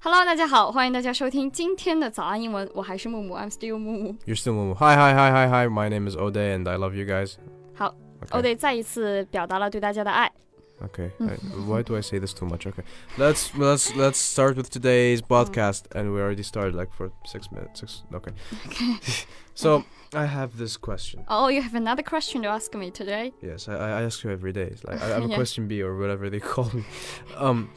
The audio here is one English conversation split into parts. Hello，大家好，欢迎大家收听今天的早安英文，我还是木木，I'm still 木木。 You're still Momo. Hi, hi, hi, hi, hi. My name is Ode, and I love you guys. 好 Okay. 哦，对，再一次表达了对大家的爱。 Okay. I- why do I say this too much? Okay. Let's let's let's start with today's Mm. podcast, and we already started like for six minutes. Six. Okay. Okay. So I have this question. Oh, you have another question to ask me today? Yes, I, I I ask you every day. It's Like I have a Yeah. question B or whatever they call me. Um.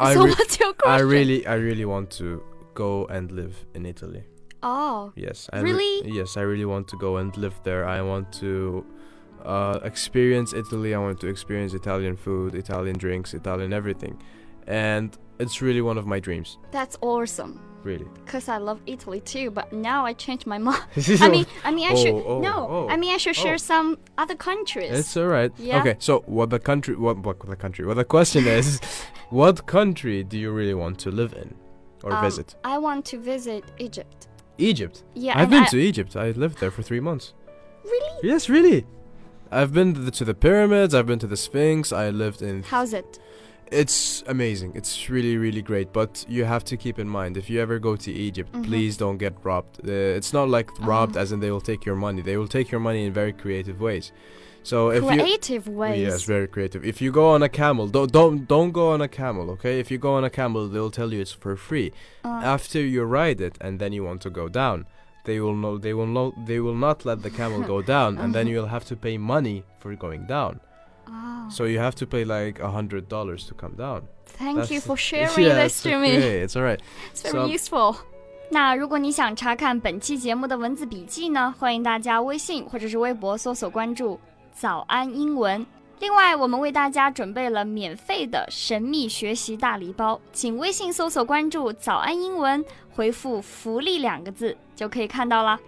so re- what's your I question? really I really want to go and live in Italy. Oh, Yes, I re- Really? yes, I really want to go and live there. I want to uh, experience Italy. I want to experience Italian food, Italian drinks, Italian everything, and it's really one of my dreams. that's awesome. Really. Cause I love Italy too, but now I changed my mind. I mean, I mean, I should Oh, oh, no. oh, I mean, I should share oh. some other countries. it's all right. Yeah. Okay, so what the country? What, what the country? What the question is? what country do you really want to live in or Um, visit? I want to visit Egypt. Egypt. Yeah, I've and been I- to Egypt. I lived there for three months. Really? Yes, really. I've been to the, to the pyramids. I've been to the Sphinx. I lived in How's it? It's amazing. It's really, really great. But you have to keep in mind if you ever go to Egypt, Mhm. please don't get robbed. Uh, it's not like robbed Ah. as in they will take your money. They will take your money in very creative ways. So if you Creative ways. yes, very creative. If you go on a camel, don't don't don't go on a camel, okay? If you go on a camel, they'll tell you it's for free. Uh, After you ride it and then you want to go down, they will know they will know they will not let the camel go down, and then Mhm. you'll have to pay money for going down. ah. So you have to pay like a hundred dollars to come down. Thank you That's- for sharing yeah, this it's to me. okay, It's alright. It's So- very useful. 那如果你想查看本期节目的文字笔记呢，欢迎大家微信或者是微博搜索关注“早安英文”。另外，我们为大家准备了免费的神秘学习大礼包，请微信搜索关注“早安英文”，回复“福利”两个字就可以看到啦。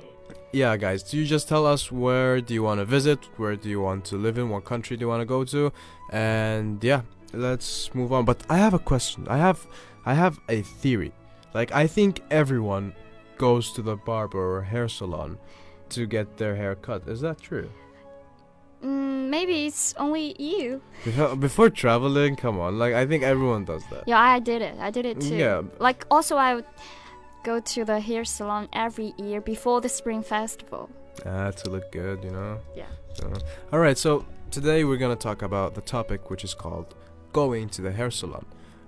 Yeah, guys. Do you just tell us where do you want to visit? Where do you want to live in? What country do you want to go to? And yeah, let's move on. But I have a question. I have, I have a theory. Like I think everyone goes to the barber or hair salon to get their hair cut. Is that true? 嗯，maybe it's only you. Before, before traveling, come on. Like I think everyone does that. Yeah, I did it. I did it too. Yeah. Like also, I would go to the hair salon every year before the spring festival. Ah, to look good, you know? Yeah. So- all right, so today we're going to talk about the topic which is called going to the hair salon.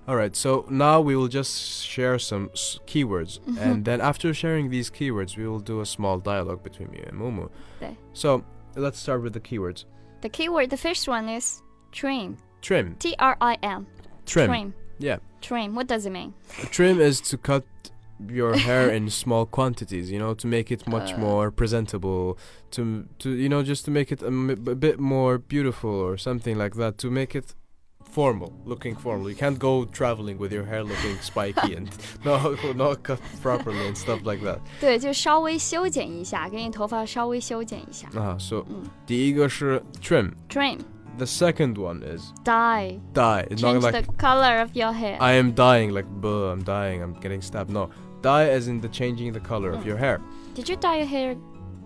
All right, so now we will just share some s- keywords, and then after sharing these keywords, we will do a small dialogue between me and Mumu. Okay. So let's start with the keywords The keyword, the first one is trim. trim. T R I M. Trim. Trim. Yeah. Trim. What does it mean? Trim is to cut your hair in small quantities, you know, to make it much Uh. more presentable, to to you know, just to make it a, m- a bit more beautiful or something like that, to make it formal, looking formal. You can't go traveling with your hair looking spiky and not not cut properly and stuff like that. 对，就稍微修剪一下，给你头发稍微修剪一下。 Ah, so 嗯第一个是 trim. ，trim The second one is dye dye. It's not change like the color of your hair. I am dying, like buh, I'm dying, I'm getting stabbed. No, dye as in the changing the color of Mm. your hair. Did you dye your hair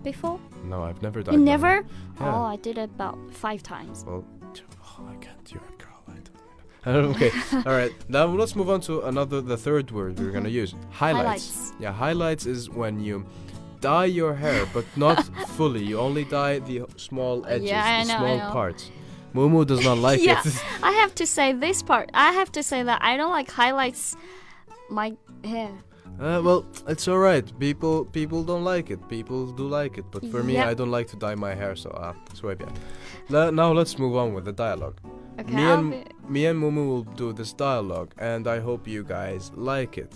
before? No, I've never dyed. You my hair. never? Yeah. Oh, I did it about five times. Oh, I can't. You're a girl. I don't. okay. All right. Now let's move on to another, the third word we're Mm-hmm. gonna use. Highlights. Yeah, highlights is when you dye your hair, but not fully. You only dye the small edges, Yeah, I the know, I small know. parts. Mumu does not like Yeah. it. I have to say this part. I have to say that I don't like highlights my hair. Uh, well, it's all right. People, people don't like it. People do like it, but for me, Yeah. I don't like to dye my hair, so ah, so yeah. Le- Now let's move on with the dialogue. Okay. Me I'll and- be- Me and Mumu will do this dialogue, and I hope you guys like it.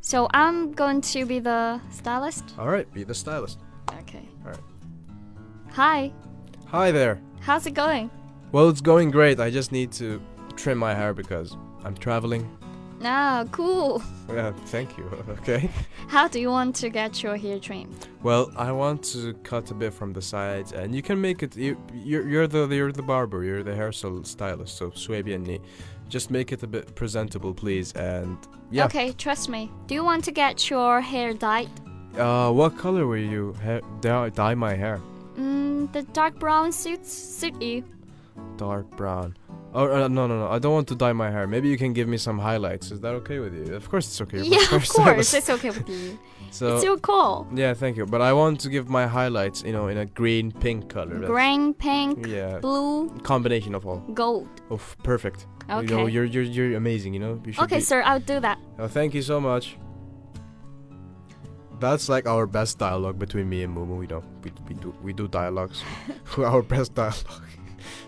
So I'm going to be the stylist. All right, be the stylist. Okay. All right. Hi. Hi there. How's it going? Well, it's going great. I just need to trim my hair because I'm traveling. Ah, cool. Yeah, thank you. okay. How do you want to get your hair trimmed? Well, I want to cut a bit from the sides, and you can make it. You, you're, you're the you're the barber. You're the hair sal- stylist. So Swabiani, just make it a bit presentable, please. And yeah. Okay, trust me. Do you want to get your hair dyed? Uh, what color will you ha- dye, dye my hair? Mm, the dark brown suits suit you. Dark brown. Or uh, no, no, no. I don't want to dye my hair. Maybe you can give me some highlights. Is that okay with you? Of course, it's okay. yeah, of that course. was- It's okay with you. so it's your call. yeah, thank you. But I want to give my highlights, you know, in a green pink color. That's- Green, pink, Yeah, blue, combination of all. gold. Oh, perfect. You know, Okay. you're you're you're amazing. You know, you should Okay, be- sir, I'll do that. Oh, thank you so much. That's like our best dialogue between me and Mumu. We don't we, we do we do dialogues. our best dialogue.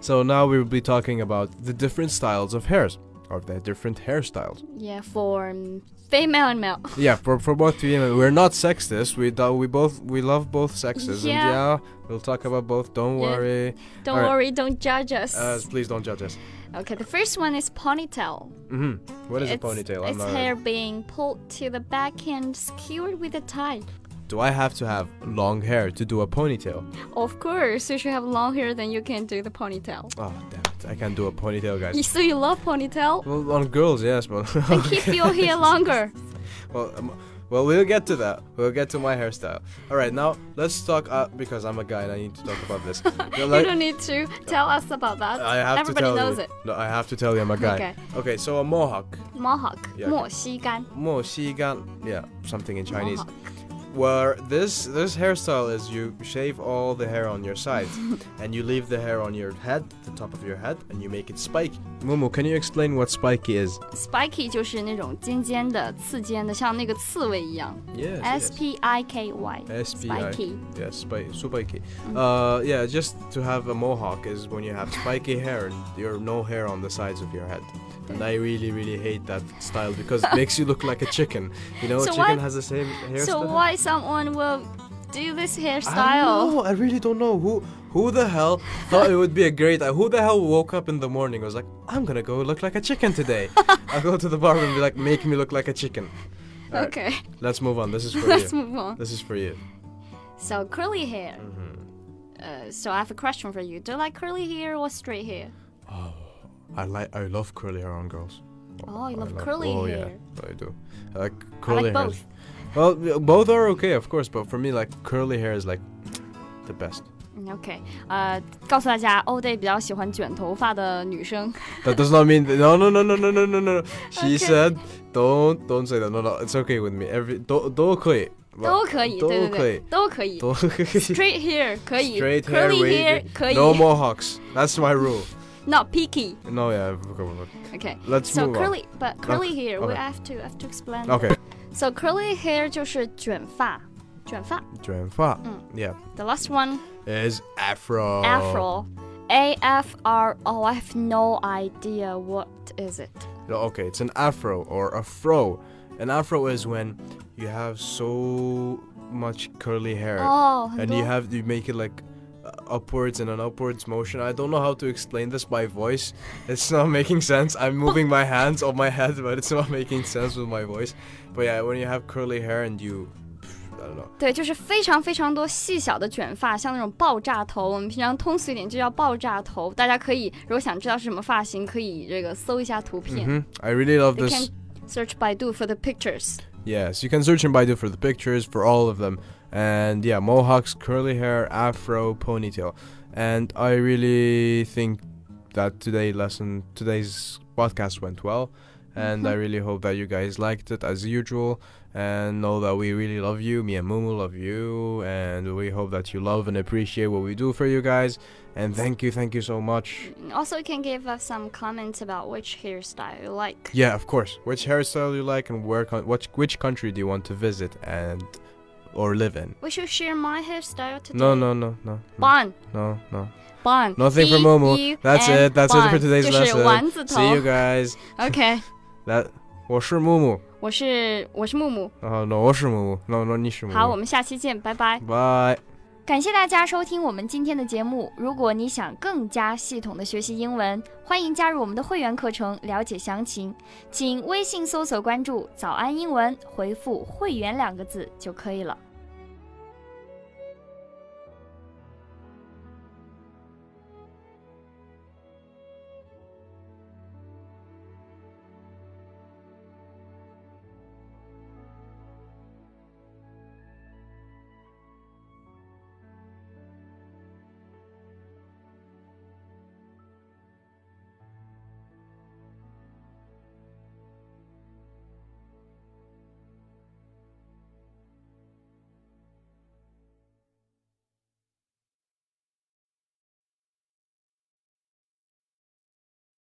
So now we will be talking about the different styles of hairs. Or the different hairstyles. Yeah, for um, female and male. Yeah, for, for both female. We're not sexist. We do, we both we love both sexes. And Yeah. yeah, we'll talk about both. Don't Yeah. worry. Don't Alright. worry, don't judge us. Uh, please don't judge us. okay, the first one is ponytail. hmm What is it's, a ponytail? It's hair being pulled to the back and secured with a tie. Do I have to have long hair to do a ponytail? Of course, if you have long hair, then you can do the ponytail. Oh damn it! I can't do a ponytail, guys. So you love ponytail? Well, on girls, yes, but Then keep your hair longer. well, um, well, we'll get to that. We'll get to my hairstyle. All right, now let's talk uh, because I'm a guy and I need to talk about this. You're You like- don't need to tell us about that. I have Everybody to tell knows you. it. No, I have to tell you, I'm a guy. Okay. Okay, so a mohawk, Mohawk, Yeah. 莫西干, moxigan, yeah, something in Chinese. Mohawk. Where this this hairstyle is, you shave all the hair on your sides, and you leave the hair on your head, the top of your head, and you make it spiky. Mumu, can you explain what spiky is? Spiky 就是那种尖尖的、刺尖的，像那个刺猬一样。 Yes. S P I K Y. S P I Spiky. Mm. Yeah, spiky, spiky. Uh, yeah, just to have a mohawk is when you have spiky hair and you're no hair on the sides of your head. And I really, really hate that style because it makes you look like a chicken. You know, So chicken what- has the same hairstyle. So why someone will do this I don't hairstyle? know. I really don't know who who the hell thought it would be a great. Who the hell woke up in the morning and was like, I'm gonna go look like a chicken today. I'll go to the barber and be like, make me look like a chicken. All right, Okay, Let's move on. This is for let's you. move on. This is for you. So curly hair. hmm Uh, so I have a question for you. Do you like curly hair or straight hair? I like I love curly hair on girls. Oh, you I love curly oh, hair. Yeah, I do. I like curly I like hair. both. Well, yeah, both are okay, of course, but for me, like curly hair is like the best. 嗯 OK，呃，告诉大家，O Day 比较喜欢卷头发的女生。 That does not mean that, no no no no no no no no. She Okay. said, don't don't say that. No no, it's okay with me. Every 都都可以，都可以，对对对，都可以。都可以， 都 Straight hair 可以 Straight hair, ，curly wavy hair 可以 No mohawks. That's my rule. ，not picky。 No, yeah. okay, well, OK。 Let's So move curly, but curly hair, we okay. have to have to explain. on. Okay. So curly hair 就是卷发，卷发。卷发。嗯。 Yeah. The last one, Is afro. afro, A F R O. I have no idea what is it. No, Oh, okay, it's an afro or a fro. An afro is when you have so much curly hair 哦，很 and you 多。 have you make it like uh, upwards and an upwards motion. I don't know how to explain this by voice. It's not making sense. I'm moving my hands on my head, but it's not making sense with my voice. But yeah, when you have curly hair and you I don't know. 对，就是非常非常多细小的卷发，像那种爆炸头，我们平常通俗一点就叫爆炸头。大家可以如果想知道是什么发型，可以这个搜一下图片。 hmm I really love You this. can search Baidu for the pictures. Yes, you can search in Baidu for the pictures for all of them. And yeah, mohawks, curly hair, afro, ponytail. And I really think that today lesson today's podcast went well. And I Mhm. really hope that you guys liked it as usual and know that we really love you. Me and Mumu love you and we hope that you love and appreciate what we do for you guys. And thank you, thank you so much. Also, you can give us some comments about which hairstyle you like. Yeah, of course. Which hairstyle you like and where con- which which country do you want to visit and or live in? We should share my hairstyle today. No, no, no, no. No, Bun, no. no. bun. Nothing from Momo. B U That's N, it. That's it for bun，today's 就是 lesson. 丸子 See 头。 you guys. OK， That 我是木木.我是我是木木。 Oh, no, 我是木木. No, no, 好，我你是木木.们下期见，拜拜。 Bye. 感谢大家收听我们今天的节目。如果你想更加系统的学习英文，欢迎加入我们的会员课程，了解详情。请微信搜索关注“早安英文”，回复“会员”两个字就可以了。